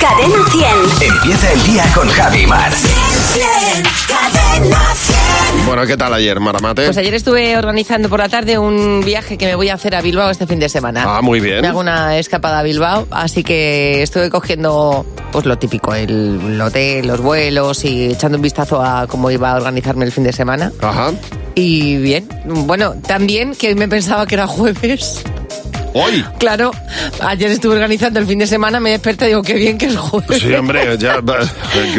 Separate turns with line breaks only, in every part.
Cadena 100.
Empieza el día con Javi Mar.
Cadena 100.
Bueno, ¿qué tal ayer, Maramate?
Pues ayer estuve organizando por la tarde un viaje que me voy a hacer a Bilbao este fin de semana.
Ah, muy bien.
Me hago una escapada a Bilbao, así que estuve cogiendo pues lo típico, el, el hotel, los vuelos y echando un vistazo a cómo iba a organizarme el fin de semana.
Ajá.
Y bien, bueno, también que me pensaba que era jueves.
Hoy.
Claro, ayer estuve organizando el fin de semana, me desperté y digo, qué bien que es jueves.
Sí, hombre, ya eh, va-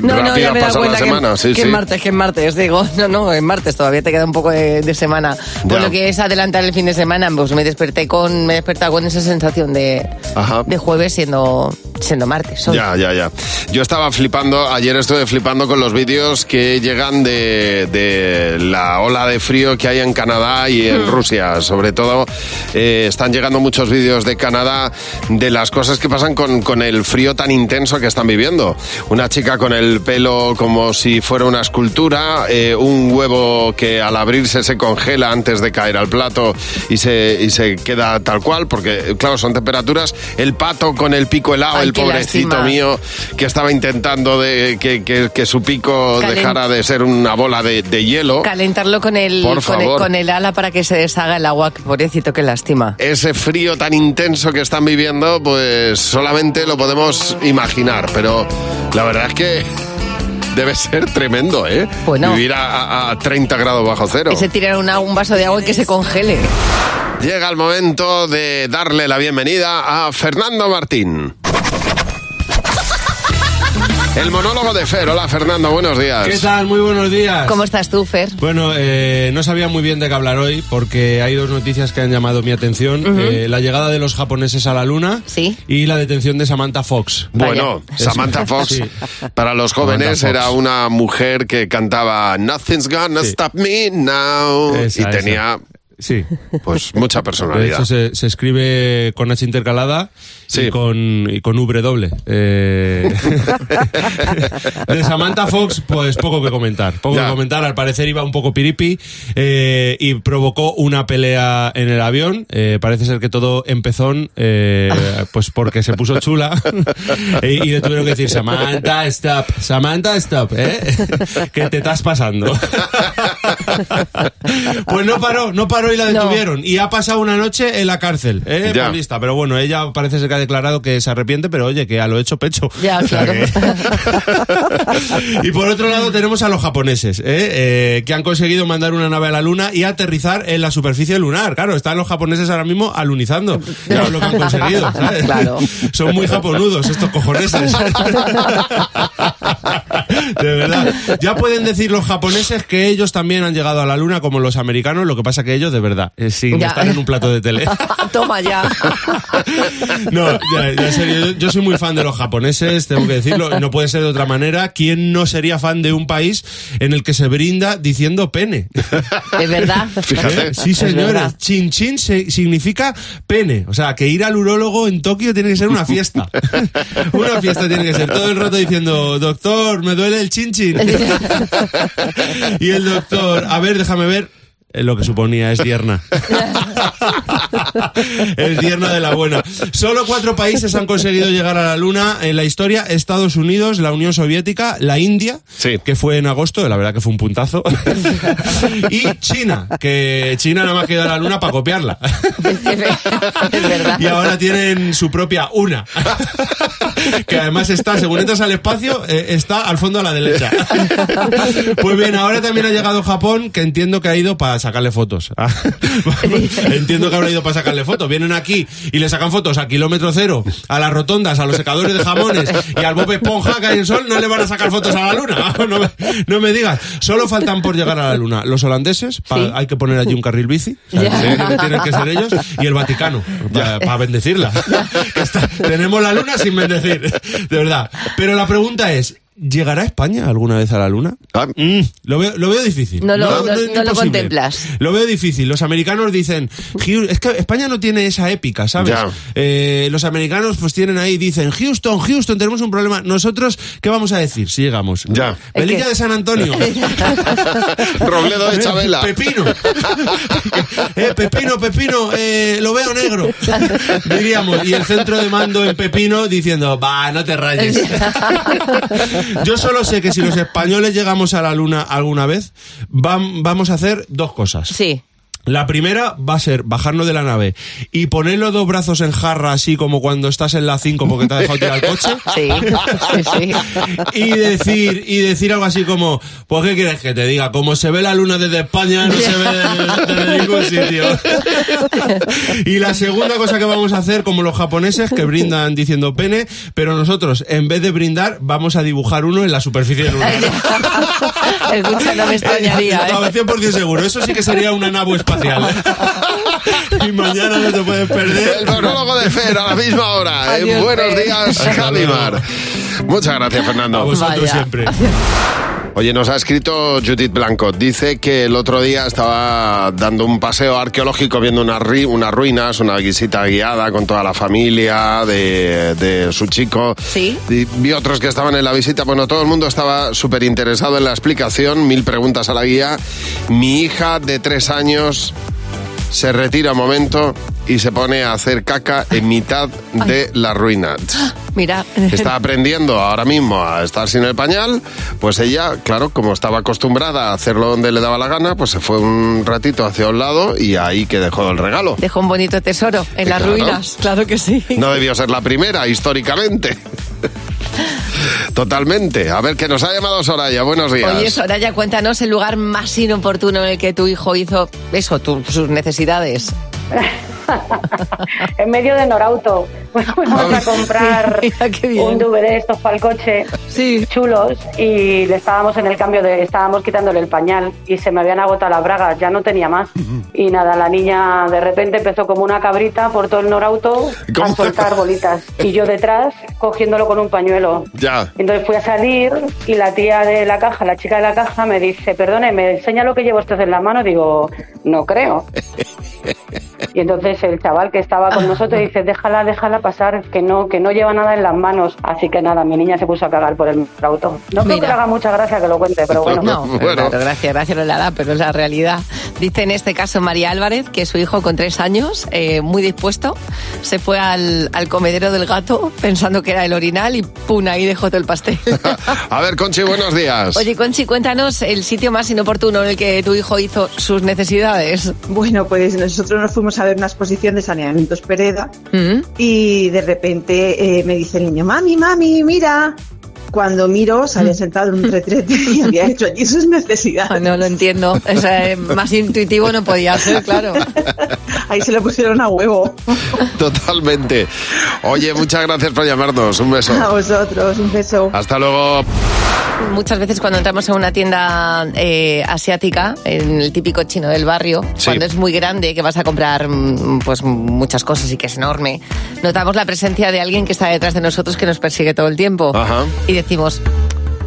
No, no,
rápida
ya me he dado
pasa la
cuenta
semana,
que,
sí,
que
sí.
es martes, que es martes. Digo, no, no, es martes, todavía te queda un poco de, de semana. Por
Ya.
lo que es adelantar el fin de semana, pues me desperté con, me he despertado con esa sensación de,
Ajá.
de jueves siendo, siendo martes. hoy.
Ya, ya, ya. Yo estaba flipando, ayer estuve flipando con los vídeos que llegan de, de la ola de frío que hay en Canadá y en Rusia. Sobre todo, eh, están llegando muchos vídeos de Canadá de las cosas que pasan con, con el frío tan intenso que están viviendo. Una chica con el pelo como si fuera una escultura, eh, un huevo que al abrirse se congela antes de caer al plato y se, y se queda tal cual, porque, claro, son temperaturas. El pato con el pico helado,
Ay,
el
qué
pobrecito
lástima.
mío que estaba intentando de, que, que- que su pico
Calen-
dejara de ser una bola de, de hielo.
Calentarlo con el,
Oh. Por
con, el,
favor.
con el ala para que se deshaga el agua, que pobrecito, qué lástima.
Ese frío tan intenso que están viviendo, pues solamente lo podemos imaginar, pero la verdad es que debe ser tremendo, ¿eh?
Bueno.
Vivir a, a- a 30 grados bajo cero.
Que se tiran una- un vaso de agua y que se congele.
Llega el momento de darle la bienvenida a Fernando Martín. El monólogo de Fer. Hola, Fernando, buenos días.
¿Qué tal? Muy buenos días.
¿Cómo estás tú, Fer?
Bueno, eh, no sabía muy bien de qué hablar hoy porque hay dos noticias que han llamado mi atención. Eh, la llegada de los japoneses a la luna
Sí.
y la detención de Samantha Fox.
Bueno, Samantha Fox,
Sí.
para los jóvenes,
Samantha Fox.
era una mujer que cantaba Nothing's gonna
Sí.
stop me now.
Esa,
y tenía,
esa. Sí.
pues, mucha
De
personalidad.
hecho, se, se escribe con H intercalada
Sí.
y, con, y con V doble. Eh, de Samantha Fox, pues poco que comentar. Poco
Ya.
que comentar. Al parecer iba un poco piripi eh, y provocó una pelea en el avión. Eh, parece ser que todo empezó eh, pues porque se puso chula y, y le tuvieron que decir Samantha, stop. Samantha, stop. ¿eh? que te estás pasando. pues no paró, no paró y la
No.
detuvieron detuvieron y ha pasado una noche en la cárcel, ¿eh?
Ya.
Por lista. Pero bueno, ella parece ser que ha declarado que se arrepiente, pero oye, que a lo hecho pecho.
Ya, claro.
que- y por otro lado tenemos a los japoneses, ¿eh? Eh, que han conseguido mandar una nave a la luna y aterrizar en la superficie lunar. Claro, están los japoneses ahora mismo alunizando. Ya lo que han conseguido, ¿sabes?
Claro.
Son muy japonudos estos cojoneses. De verdad. Ya pueden decir los japoneses que ellos también han llegado a la luna como los americanos, lo que pasa que ellos de verdad, eh, sin
Ya.
estar en un plato de tele.
Toma ya.
No, ya, ya en serio, yo, yo soy muy fan de los japoneses, tengo que decirlo, no puede ser de otra manera. ¿Quién no sería fan de un país en el que se brinda diciendo pene?
Es verdad.
Fíjate.
¿Eh? Sí,
Es verdad.
señores. Chin chin se- significa pene. O sea, que ir al urólogo en Tokio tiene que ser una fiesta. una fiesta tiene que ser. Todo el rato diciendo, doctor, me duele el chin chin. y el doctor, a ver, déjame ver. Eh, Lo que suponía es dierna. es dierna de la buena. Solo cuatro países han conseguido llegar a la luna en la historia: Estados Unidos, la Unión Soviética, la India,
Sí.
que fue en agosto, la verdad que fue un puntazo, y China, que China nada más quedó a la luna para copiarla.
Es verdad.
Y ahora tienen su propia una. Que además está, según entras al espacio, eh, está al fondo a la derecha. Pues bien, ahora también ha llegado Japón, que entiendo que ha ido para sacarle fotos. Ah, Entiendo que habrá ido para sacarle fotos. Vienen aquí y le sacan fotos a kilómetro cero, a las rotondas, a los secadores de jamones y al Bob Esponja que hay en sol, no le van a sacar fotos a la luna. No me, no me digas. Solo faltan por llegar a la luna los holandeses, pa-
Sí.
hay que poner allí un carril bici,
Ya.
Sí, que tienen que ser ellos, y el Vaticano, para bendecirla. Que está- tenemos la luna sin bendecir, de verdad. Pero la pregunta es, ¿Llegará España alguna vez a la Luna?
Ah.
Mm, lo, veo, lo veo difícil.
No lo- no-
es
no lo
imposible.
contemplas.
Lo veo difícil. Los americanos dicen, "Hu- es que España no tiene esa épica, ¿sabes?
Ya.
Eh, los americanos pues tienen ahí, dicen, Houston, Houston, tenemos un problema. Nosotros, ¿qué vamos a decir si llegamos?
Ya.
Velilla
que-
de San Antonio.
Robledo de Chabela.
Pepino. Eh, pepino, Pepino, eh, lo veo negro. Diríamos. Y el centro de mando en Pepino diciendo, va, no te rayes. Yo solo sé que si los españoles llegamos a la luna alguna vez, vam- vamos a hacer dos cosas.
Sí.
La primera va a ser bajarnos de la nave y poner los dos brazos en jarra, así como cuando estás en la 5 porque te ha dejado tirar el coche.
Sí, sí, sí.
Y decir, y decir algo así como, pues ¿qué quieres que te diga? Como se ve la luna desde España, no se ve desde, ningún sitio. Y la segunda cosa que vamos a hacer, como los japoneses que brindan diciendo pene, pero nosotros, en vez de brindar, vamos a dibujar uno en la superficie lunar.
Escucha, no me extrañaría.
No,
¿eh?
100% seguro. Eso sí que sería una nave espacial. Y mañana no te puedes
El
perder.
monólogo de Fer a la misma hora. en
Adiós,
Buenos
Fer.
días,
Hasta
Javi
luego.
Mar. Muchas gracias,
A
Fernando.
vosotros
Vaya.
siempre.
Oye, nos ha escrito Judith Blanco. Dice que el otro día estaba dando un paseo arqueológico viendo unas, ri- unas ruinas, una visita guiada con toda la familia de, de su chico.
Sí.
Y vi otros que estaban en la visita. Bueno, todo el mundo estaba súper interesado en la explicación. Mil preguntas a la guía. Mi hija de tres años se retira un momento y se pone a hacer caca en mitad de la ruina
Mira.
está aprendiendo ahora mismo a estar sin el pañal, pues ella, claro, como estaba acostumbrada a hacerlo donde le daba la gana, pues se fue un ratito hacia un lado y ahí que dejó el regalo.
Dejó un bonito tesoro en las
Claro.
ruinas. Claro que sí.
No debió ser la primera, históricamente. Totalmente. A ver, que nos ha llamado Soraya. Buenos días.
Oye, Soraya, cuéntanos el lugar más inoportuno en el que tu hijo hizo eso, tu- sus necesidades.
en medio de Norauto. Fuimos a comprar
Mira, qué bien.
un DVD de estos para el coche.
Sí.
chulos y le estábamos en el cambio de estábamos quitándole el pañal y se me habían agotado las bragas ya no tenía más y nada la niña de repente empezó como una cabrita por todo el norauto a
¿Cómo?
soltar bolitas y yo detrás cogiéndolo con un pañuelo
Ya.
entonces fui a salir y la tía de la caja, la chica de la caja, me dice, perdone, ¿me enseña lo que llevo usted en la mano? Digo, no creo. Y entonces el chaval que estaba con nosotros dice, déjala, déjala pasar, que no, que no lleva nada en las manos. Así que nada, mi niña se puso a cagar por el auto. No creo
Mira.
que le haga mucha gracia que lo cuente, pero bueno.
No,
Bueno.
claro, gracias, gracias no la da, pero es la realidad. Dice en este caso María Álvarez que su hijo con tres años, eh, muy dispuesto, se fue al, al comedero del gato pensando que era el orinal y ¡pum! ahí dejó todo el pastel.
A ver, Conchi, buenos días.
Oye, Conchi, cuéntanos el sitio más inoportuno en el que tu hijo hizo sus necesidades.
Bueno, pues nosotros nos fuimos a ver una exposición de saneamientos Pereda
¿Mm?
y de repente eh, me dice el niño, mami, mami, mira. Cuando miro, se había sentado en un retrete y había hecho allí sus
Ah,
necesidades.
No lo entiendo. O sea, eh, más intuitivo no podía ser, claro.
Ahí se lo pusieron a huevo
Totalmente. Oye, muchas gracias por llamarnos. Un beso.
Ah,
a vosotros. Un beso.
Hasta luego.
Muchas veces cuando entramos en una tienda eh, asiática, en el típico chino del barrio,
Sí.
cuando es muy grande, que vas a comprar mm, pues muchas cosas y que es enorme, notamos la presencia de alguien que está detrás de nosotros que nos persigue todo el tiempo.
Ajá.
Y decimos,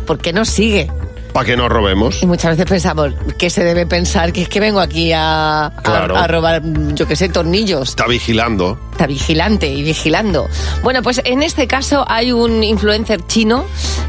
¿por qué nos sigue?
Para que nos robemos.
Y muchas veces pensamos, ¿qué se debe pensar? Que es que vengo aquí a, a-
Claro.
a robar, mm, yo qué sé, tornillos.
Está vigilando.
Está vigilante y vigilando. Bueno, pues en este caso hay un influencer chino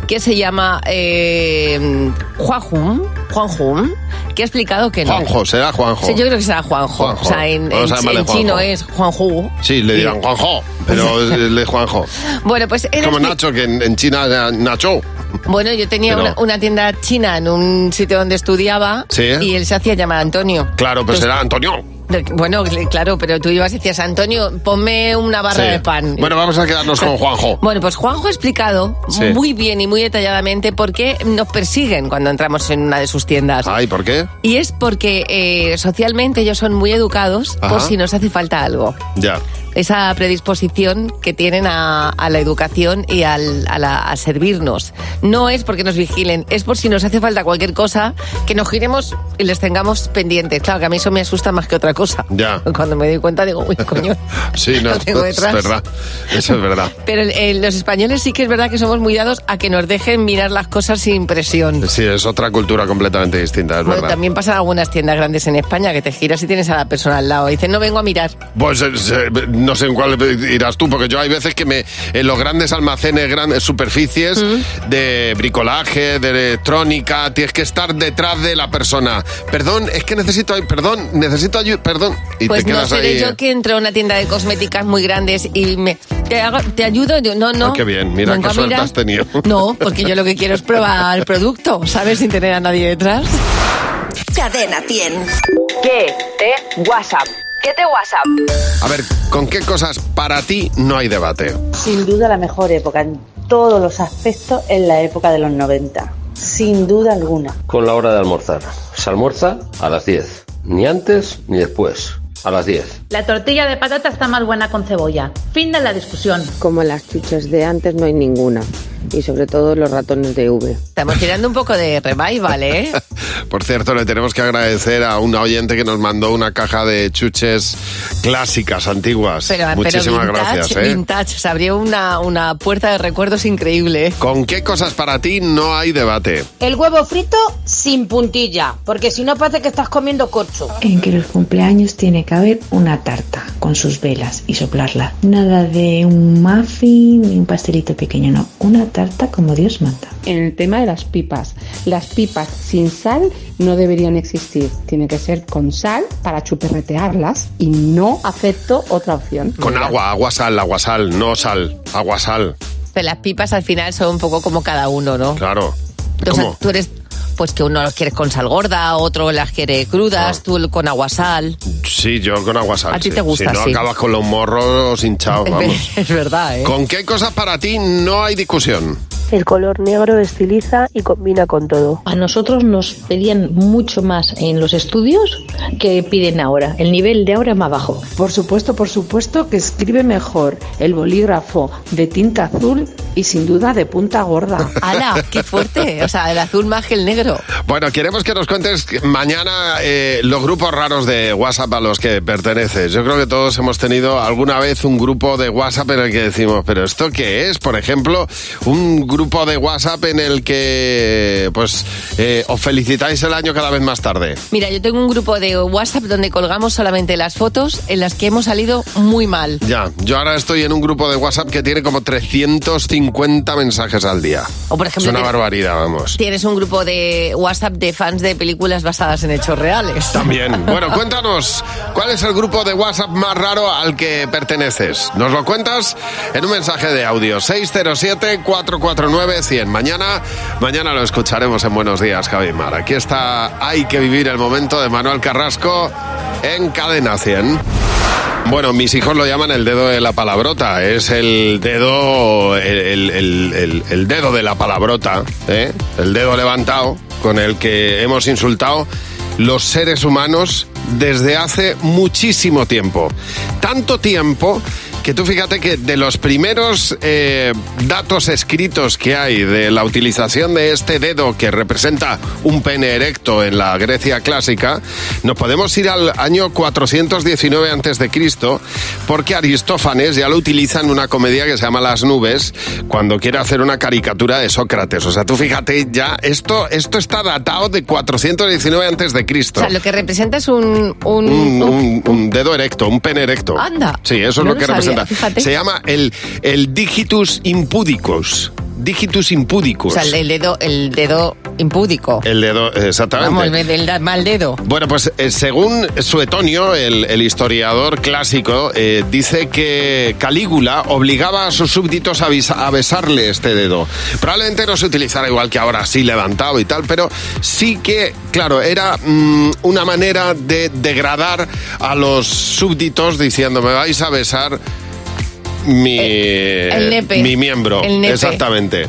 que se llama eh, Huahum, Juanjum, que ha explicado que no.
Juanjo, será Juanjo.
Sí, yo creo que será Juanjo.
Juanjo.
O sea, en,
Vamos
en-
a llamarle
en chino
Juanjo.
es Juanju.
Sí, le dirán Juanjo, pero le Juanjo.
Bueno, pues él
Como
expli-
Nacho, que en, en China era Nacho.
Bueno, yo tenía
Pero-
una, una tienda china en un sitio donde estudiaba
Sí.
y él se hacía llamar Antonio.
Claro, pues
Entonces,
será Antonio.
Bueno, claro, pero tú ibas y decías, Antonio, ponme una barra
Sí.
de pan.
Bueno, vamos a quedarnos con Juanjo.
Bueno, pues Juanjo ha explicado
Sí.
muy bien y muy detalladamente por qué nos persiguen cuando entramos en una de sus tiendas.
Ay, ¿por qué?
Y es porque eh, socialmente ellos son muy educados
Ajá.
por si nos hace falta algo.
Ya.
esa predisposición que tienen a, a la educación y al, a, la- a servirnos. No es porque nos vigilen, es por si nos hace falta cualquier cosa, que nos giremos y les tengamos pendientes. Claro, que a mí eso me asusta más que otra cosa.
Ya.
Cuando me doy cuenta digo, uy, coño.
Sí, no,
Lo tengo
es
detrás.
verdad. Eso es verdad.
Pero eh, los españoles sí que es verdad que somos muy dados a que nos dejen mirar las cosas sin presión.
Sí, es otra cultura completamente distinta, es
Bueno,
verdad.
también pasan algunas tiendas grandes en España que te giras y tienes a la persona al lado. Y dices, no vengo a mirar.
Pues eh, eh, no sé en cuál irás tú, porque yo hay veces que me en los grandes almacenes, grandes superficies de bricolaje, de electrónica, tienes que estar detrás de la persona. Perdón, es que necesito, ay- perdón, necesito ayuda, perdón. Y
pues
te
no
quedas
seré
ahí. eh,
yo que entro a una tienda de cosméticas muy grandes y me. ¿Te, hago- te ayudo? Yo, no, no.
Ah, qué bien, mira
Vengo
qué
a
suerte
mirar.
has tenido.
No, porque yo lo que quiero es probar el producto, ¿sabes? Sin tener a nadie detrás.
Cadena 100.
¿Qué te WhatsApp? ¿Qué te WhatsApp?
A ver, ¿con qué cosas para ti no hay debate?
Sin duda la mejor época en todos los aspectos es la época de los 90. Sin duda alguna.
con la hora de almorzar. Se almuerza a las 10, ni antes ni después, a las 10.
La tortilla de patata está más buena con cebolla. Fin de la discusión.
Como las chuches de antes no hay ninguna. Y sobre todo los ratones de V.
Estamos tirando un poco de revival, ¿eh?
Por cierto, le tenemos que agradecer a una oyente que nos mandó una caja de chuches clásicas, antiguas.
Pero, pero
Muchísimas
vintage,
gracias. ¿eh?
vintage. Se abrió una, una puerta de recuerdos increíble.
¿Con qué cosas para ti no hay debate?
El huevo frito sin puntilla, porque si no parece que estás comiendo corcho.
En que los cumpleaños tiene que haber una tarta con sus velas y soplarla. Nada de un muffin ni un pastelito pequeño, no. Una tarta como Dios manda.
En el tema de las pipas, las pipas sin sal no deberían existir. Tiene que ser con sal para chuperretearlas y no acepto otra opción.
Con agua, agua sal, agua sal, no sal, agua sal.
Pero las pipas al final son un poco como cada uno, ¿no?
Claro.
O sea,
¿Cómo?
tú eres. Pues que uno las quiere con sal gorda, otro las quiere
Ah.
crudas, tú con aguasal.
Sí, yo con agua sal.
A ti
sí.
te gusta,
Si no
sí.
acabas con los morros hinchados, vamos.
Es verdad, ¿eh?
¿Con qué cosas para ti no hay discusión?
El color negro estiliza y combina con todo.
A nosotros nos pedían mucho más en los estudios que piden ahora. El nivel de ahora es más bajo.
Por supuesto, por supuesto que escribe mejor el bolígrafo de tinta azul y sin duda de punta gorda.
¡Hala! ¡Qué fuerte! O sea, el azul más que el negro.
Bueno, queremos que nos cuentes mañana eh, los grupos raros de WhatsApp a los que perteneces. Yo creo que todos hemos tenido alguna vez un grupo de WhatsApp en el que decimos, pero ¿esto qué es? Por ejemplo, un grupo de WhatsApp en el que pues eh, os felicitáis el año cada vez más tarde.
Mira, yo tengo un grupo de WhatsApp donde colgamos solamente las fotos en las que hemos salido muy mal.
Ya, yo ahora estoy en un grupo de WhatsApp que tiene como 350 mensajes al día.
O por ejemplo,
es una
tienes-
barbaridad, vamos.
Tienes un grupo de WhatsApp de fans de películas basadas en hechos reales.
También. Bueno, cuéntanos, ¿cuál es el grupo de WhatsApp más raro al que perteneces? Nos lo cuentas en un mensaje de audio 607-449-100. Mañana, mañana lo escucharemos en Buenos Días, Javi Mar. Aquí está Hay que vivir el momento de Manuel Carrasco en Cadena 100. Bueno, mis hijos lo llaman el dedo de la palabrota. Es el dedo, el, el- el- el- el dedo de la palabrota, ¿eh? el dedo levantado con el que hemos insultado los seres humanos desde hace muchísimo tiempo. Tanto tiempo que tú fíjate que de los primeros eh, datos escritos que hay de la utilización de este dedo que representa un pene erecto en la Grecia clásica, nos podemos ir al año 419 antes de Cristo, porque Aristófanes ya lo utiliza en una comedia que se llama Las nubes, cuando quiere hacer una caricatura de Sócrates. O sea, tú fíjate ya, esto, esto está datado de 419 antes de
O
Cristo.
sea, lo que representa es un... un-
Un,
un-
un- un dedo erecto, un pene erecto.
Anda.
Sí, eso es
No
lo
lo
que
sabía,
representa.
fíjate.
Se llama el, el digitus impudicus. Digitus
o
impudicus.
sea, el dedo, el dedo impúdico.
El dedo, exactamente.
Vamos, el, el mal dedo.
Bueno, pues eh, según Suetonio, el, el historiador clásico, eh, dice que Calígula obligaba a sus súbditos a, besa- a besarle este dedo. Probablemente no se utilizara igual que ahora, así levantado y tal, pero sí que, claro, era mm, una manera de degradar a los súbditos diciendo, me vais a besar mi,
el nepe.
mi miembro.
El nepe.
Exactamente.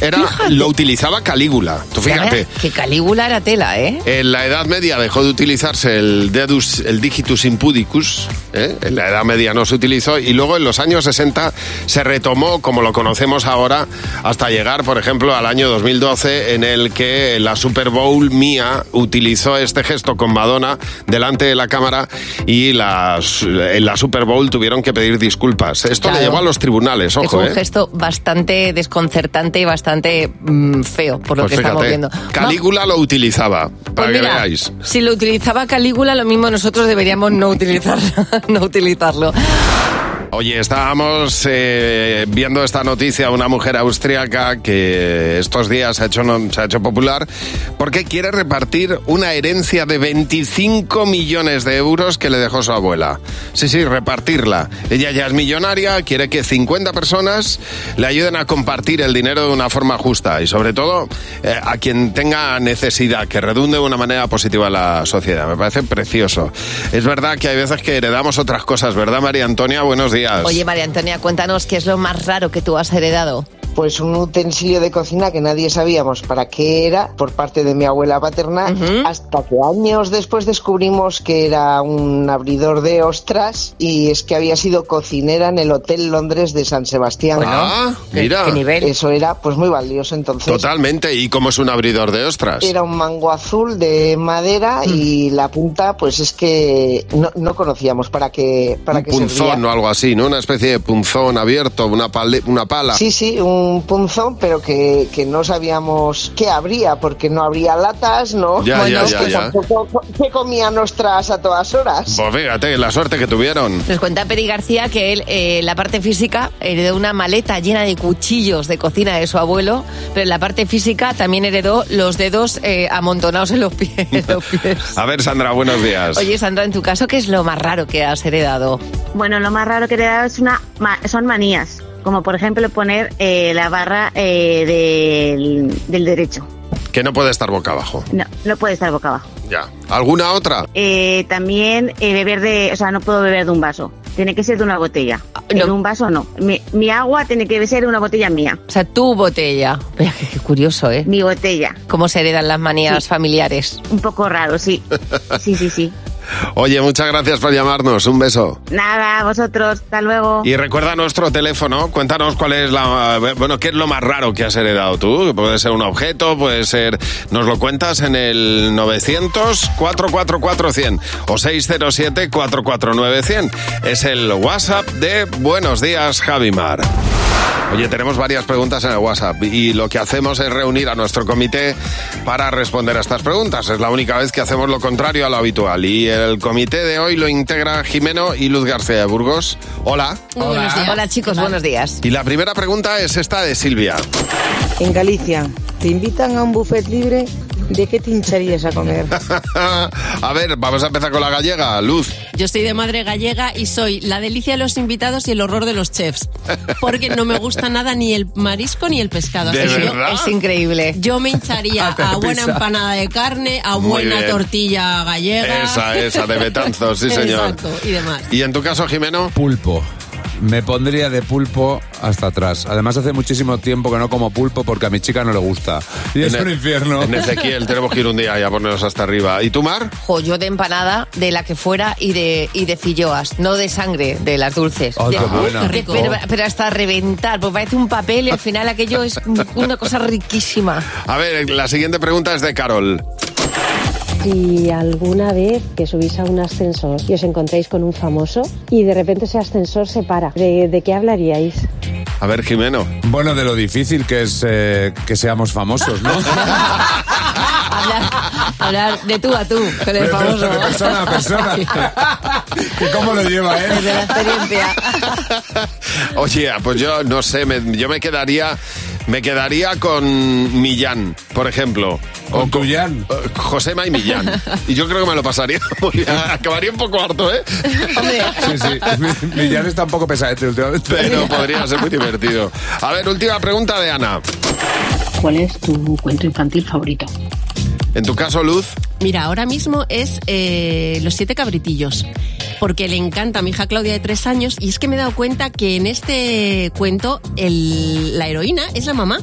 Era, lo utilizaba Calígula. Tú fíjate.
Que Calígula era tela, ¿eh?
En la Edad Media dejó de utilizarse el, dedus, el digitus impudicus ¿eh? En la Edad Media no se utilizó y luego en los años 60 se retomó como lo conocemos ahora hasta llegar, por ejemplo, al año 2012 en el que la Super Bowl mía utilizó este gesto con Madonna delante de la cámara y las- en la Super Bowl tuvieron que pedir disculpas. Esto
Claro.
le llevó a los tribunales, ojo,
es un
¿eh?
gesto bastante desconcertante y bastante mm, feo, por lo
Pues
que estamos
fíjate,
viendo.
Calígula lo utilizaba, para
Pues
que
mira,
veáis.
Si lo utilizaba Calígula, lo mismo nosotros deberíamos no utilizarlo. no utilizarlo.
Oye, estábamos eh, viendo esta noticia una mujer austriaca que estos días se ha, hecho, no- se ha hecho popular porque quiere repartir una herencia de 25 millones de euros que le dejó su abuela. Sí, sí, repartirla. Ella ya es millonaria, quiere que 50 personas le ayuden a compartir el dinero de una forma justa y sobre todo eh, a quien tenga necesidad, que redunde de una manera positiva a la sociedad. Me parece precioso. Es verdad que hay veces que heredamos otras cosas, ¿verdad María Antonia? Buenos días.
Oye, María Antonia, cuéntanos qué es lo más raro que tú has heredado.
Pues un utensilio de cocina que nadie sabíamos para qué era por parte de mi abuela paterna, hasta que años después descubrimos que era un abridor de ostras y es que había sido cocinera en el Hotel Londres de San Sebastián.
Bueno, Ah, ¿qué- mira. qué nivel?
Eso era pues muy valioso entonces.
Totalmente. ¿Y cómo es un abridor de ostras?
Era un mango azul de madera y
Mm.
la punta, pues es que no, no conocíamos para qué para
Un
qué servía.
punzón o algo así, ¿no? Una especie de punzón abierto, una, pale- una pala.
Sí, sí, un punzón, pero que, que no sabíamos qué habría, porque no habría latas, ¿no?
Ya, ya,
es
ya,
que
ya.
tampoco se comían ostras a todas horas.
Pues fíjate, la suerte que tuvieron.
Nos cuenta Peri García que él, eh, la parte física, heredó una maleta llena de cuchillos de cocina de su abuelo, pero en la parte física también heredó los dedos eh, amontonados en los pies. en los pies.
A ver, Sandra, buenos días.
Oye, Sandra, en tu caso, ¿qué es lo más raro que has heredado?
Bueno, lo más raro que le he dado es una, ma- son manías, como por ejemplo poner eh, la barra eh, del, del derecho.
Que no puede estar boca abajo.
No, no puede estar boca abajo.
Ya. ¿Alguna otra?
Eh, también eh, beber de, o sea, no puedo beber de un vaso. Tiene que ser de una botella. De un vaso no. Mi, mi agua tiene que ser de una botella mía.
O sea, tu botella. Mira, qué, qué curioso, ¿eh?
Mi botella.
¿Cómo se heredan las manías familiares?
Un poco raro, sí. Sí, sí, sí.
Oye, muchas gracias por llamarnos. Un beso.
Nada, vosotros, hasta luego.
Y recuerda nuestro teléfono, cuéntanos cuál es la bueno, qué es lo más raro que has heredado tú, puede ser un objeto, puede ser, nos lo cuentas en el 900 444 100 o 607 449 100. Es el WhatsApp de Buenos días Javimar. Oye, tenemos varias preguntas en el WhatsApp y lo que hacemos es reunir a nuestro comité para responder a estas preguntas. Es la única vez que hacemos lo contrario a lo habitual y el comité de hoy lo integra Jimeno y Luz García de Burgos. Hola.
Muy buenos días. Hola, chicos, buenos días.
Y la primera pregunta es esta de Silvia.
En Galicia, te invitan a un buffet libre, ¿de qué te hincharías a comer?
a ver, vamos a empezar con la gallega, Luz.
Yo soy de madre gallega y soy la delicia de los invitados y el horror de los chefs. Porque no me gusta nada ni el marisco ni el pescado.
¿De
que yo-
verdad? Es increíble.
Yo me hincharía
Ah, te
a buena
pisa.
empanada de carne, a
Muy
buena
bien.
tortilla gallega.
Esa, esa, de Betanzos, sí, señor.
Exacto, y demás.
¿Y en tu caso, Jimeno?
Pulpo. Me pondría de pulpo hasta atrás. Además, hace muchísimo tiempo que no como pulpo porque a mi chica no le gusta. Y es
En
un
e-
infierno.
En Ezequiel tenemos que ir un día y a ponernos hasta arriba. ¿Y tú, Mar?
Jo, yo de empanada, de la que fuera y de, y de filloas, no de sangre, de las dulces.
Ay,
De-
qué buena.
de-
Qué rico.
pero, pero hasta reventar, porque parece un papel y al final aquello es una cosa riquísima.
A ver, la siguiente pregunta es de Carol.
Si alguna vez que subís a un ascensor y os encontráis con un famoso y de repente ese ascensor se para, ¿de, de qué hablaríais?
A ver, Jimeno.
Bueno, de lo difícil que es eh, que seamos famosos, ¿no?
Hablar, hablar de tú a tú con el
De
famoso.
persona a persona. Que ¿Cómo lo lleva, eh?
De la experiencia.
Oye, pues yo no sé, me- yo me quedaría, me quedaría con Millán, por ejemplo. O con eh, Josema y Millán. Y yo creo que me lo pasaría muy bien. Acabaría un poco harto, ¿eh?
Sí, sí. Millán está un poco pesadete últimamente.
Pero podría ser muy divertido. A ver, última pregunta de Ana.
¿Cuál es tu cuento infantil favorito?
En tu caso, Luz.
Mira, ahora mismo es eh, Los Siete Cabritillos, porque le encanta a mi hija Claudia de tres años y es que me he dado cuenta que en este cuento el- la heroína es la mamá.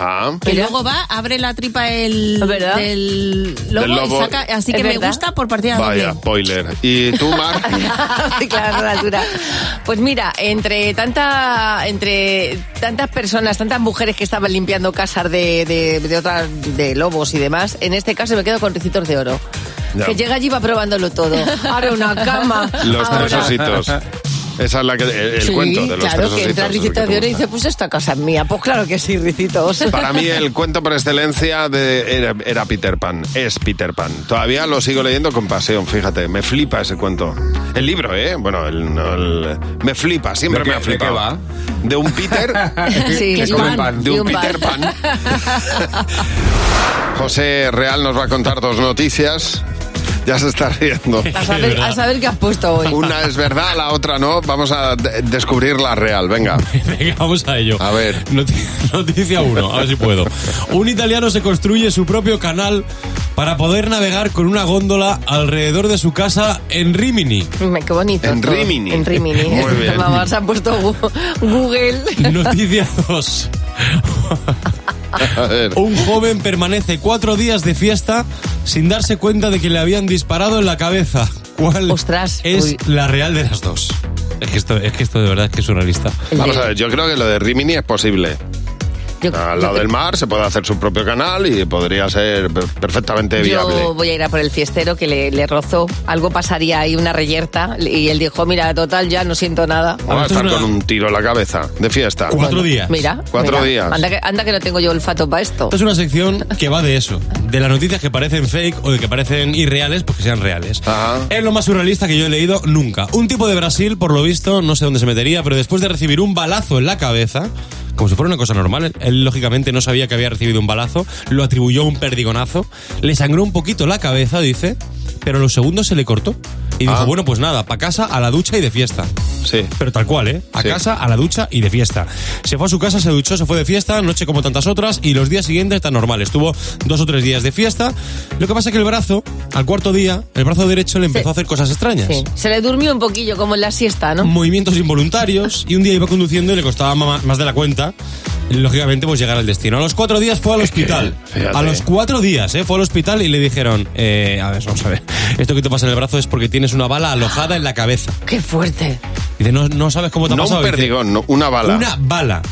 Ajá.
Que luego va, abre la tripa el,
¿Verdad?
del lobo,
Del lobo.
y saca. Así
¿Es
que me
verdad?
gusta por partida
Vaya,
doble.
spoiler. ¿Y tú, Mar?
claro, a la altura. Pues mira, entre tanta, entre tantas personas, tantas mujeres que estaban limpiando casas de, de, de otras de lobos y demás, en este caso me quedo con Ricitos de Oro.
Ya.
Que llega allí y va probándolo todo. Ahora una cama.
Los
ahora-
tres ositos. Esa es la que, el, el
Sí,
cuento de los
claro,
tres
que
ositos.
entra
es el que
Ricitos
te
de Oro y
gusta.
dice, pues esta casa es mía. Pues claro que sí, Ricitos.
Para mí el cuento por excelencia de, era, era Peter Pan, es Peter Pan. Todavía lo sigo leyendo con pasión, fíjate, me flipa ese cuento. El libro, ¿eh? Bueno, el, no, el- me flipa,
¿De
siempre
qué-
me ha
de
flipado.
qué va?
De un Peter...
Sí,
Ah, que
y
come
un-
pan.
y
De un
pan.
Peter Pan. José Real nos va a contar dos noticias. Ya se está riendo.
A saber, a saber qué has puesto hoy.
Una es verdad, la otra no. Vamos a de- descubrir la real, venga.
Venga, vamos a ello.
A ver.
Noticia 1, a ver si puedo. Un italiano se construye su propio canal para poder navegar con una góndola alrededor de su casa en Rimini.
Hombre, Qué bonito.
En
todo.
Rimini.
En Rimini.
Muy
Esto,
bien.
vamos, han puesto Gu- Google.
Noticia 2. Un joven permanece cuatro días de fiesta sin darse cuenta de que le habían disparado en la cabeza. ¿Cuál es
uy.
la real de las dos? Es que esto, es que esto de verdad es que es surrealista.
Vamos a ver, yo creo que lo de Rimini es posible. Al lado del mar se puede hacer su propio canal y podría ser per- perfectamente viable.
Yo voy a ir a por el fiestero que le, le rozó. Algo pasaría ahí, una reyerta. Y él dijo, mira, total, ya no siento nada.
Vamos a estar con un tiro en la cabeza, de fiesta.
Cuatro días.
Mira.
Cuatro
mira,
días.
Anda que, anda que no tengo yo olfato para esto.
Esta es una sección que va de eso, de las noticias que parecen fake o de que parecen irreales, porque sean reales. Es lo más surrealista que yo he leído nunca. Un tipo de Brasil, por lo visto, no sé dónde se metería, pero después de recibir un balazo en la cabeza, como si fuera una cosa normal, él, él, lógicamente no sabía que había recibido un balazo, lo atribuyó a un perdigonazo, le sangró un poquito la cabeza, dice, pero a los segundos se le cortó. Y dijo, bueno, pues nada, para casa, a la ducha y de fiesta.
Sí.
Pero tal cual, ¿eh? A casa, a la ducha y de fiesta. Se fue a su casa, se duchó, se fue de fiesta, noche como tantas otras, y los días siguientes tan normal. Estuvo dos o tres días de fiesta. Lo que pasa es que el brazo, al cuarto día, el brazo derecho le empezó a hacer cosas extrañas.
Sí. Se le durmió un poquillo, como en la siesta, ¿no?
Movimientos involuntarios, y un día iba conduciendo y le costaba ma- más de la cuenta. Lógicamente, pues llegar al destino. A los cuatro días fue al hospital.
Eh, fíjate.
A los cuatro días, ¿eh? Fue al hospital y le dijeron: eh, A ver, vamos a ver. Esto que te pasa en el brazo es porque tienes una bala alojada en la cabeza.
Qué fuerte.
Dice, no, no sabes cómo te Pues ha
No un
pasado. Dice,
perdigón, no, una bala.
Una bala.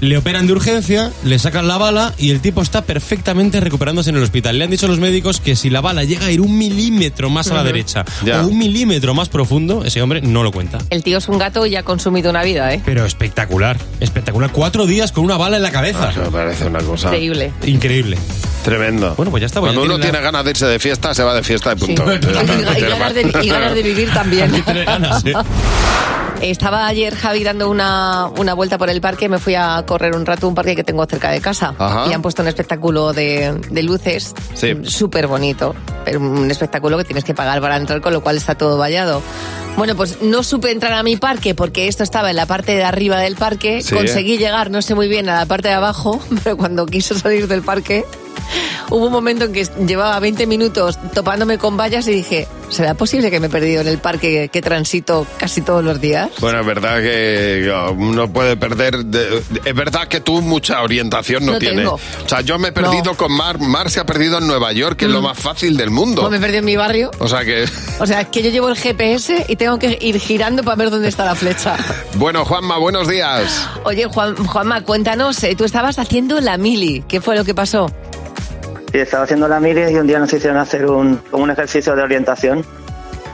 Le operan de urgencia, le sacan la bala y el tipo está perfectamente recuperándose en el hospital. Le han dicho a los médicos que si la bala llega a ir un milímetro más a la
Ujú.
derecha o un milímetro más profundo, ese hombre no lo cuenta.
El tío es un gato y ha consumido una vida, ¿eh?
Pero espectacular, espectacular. Cuatro días con una bala en la cabeza.
Ah, que me parece una cosa.
Increíble.
Increíble.
Tremendo.
Bueno, pues ya está. pues
Cuando
ya
uno
tiene
tiene
la-
ganas de irse de fiesta, se va de fiesta y punto.
Sí.
Y ganas de, y ganas de vivir también.
ganas, ¿eh?
Estaba ayer Javi dando una, una vuelta por el parque, me fui a correr un rato a un parque que tengo cerca de casa
Ajá.
y han puesto un espectáculo de, de luces
Sí.
súper bonito, pero un espectáculo que tienes que pagar para entrar, con lo cual está todo vallado. Bueno, pues no supe entrar a mi parque porque esto estaba en la parte de arriba del parque,
Sí.
conseguí llegar, no sé muy bien, a la parte de abajo, pero cuando quise salir del parque hubo un momento en que llevaba 20 minutos topándome con vallas y dije, ¿será posible que me he perdido en el parque que transito casi todos los días?
Bueno, es verdad que uno puede perder. de- es verdad que tú mucha orientación no,
No
tienes.
tengo.
O sea, yo me he perdido con Mar. Mar se ha perdido en Nueva York, que
Mm.
es lo más fácil del mundo.
Pues me perdí en mi barrio.
O sea que.
O sea, es que yo llevo el GPS y tengo que ir girando para ver dónde está la flecha.
Bueno, Juanma, buenos días.
Oye, Juan, Juanma, cuéntanos, eh, tú estabas haciendo la mili. ¿Qué fue lo que pasó?
Sí, estaba haciendo la mili y un día nos hicieron hacer un, como un ejercicio de orientación.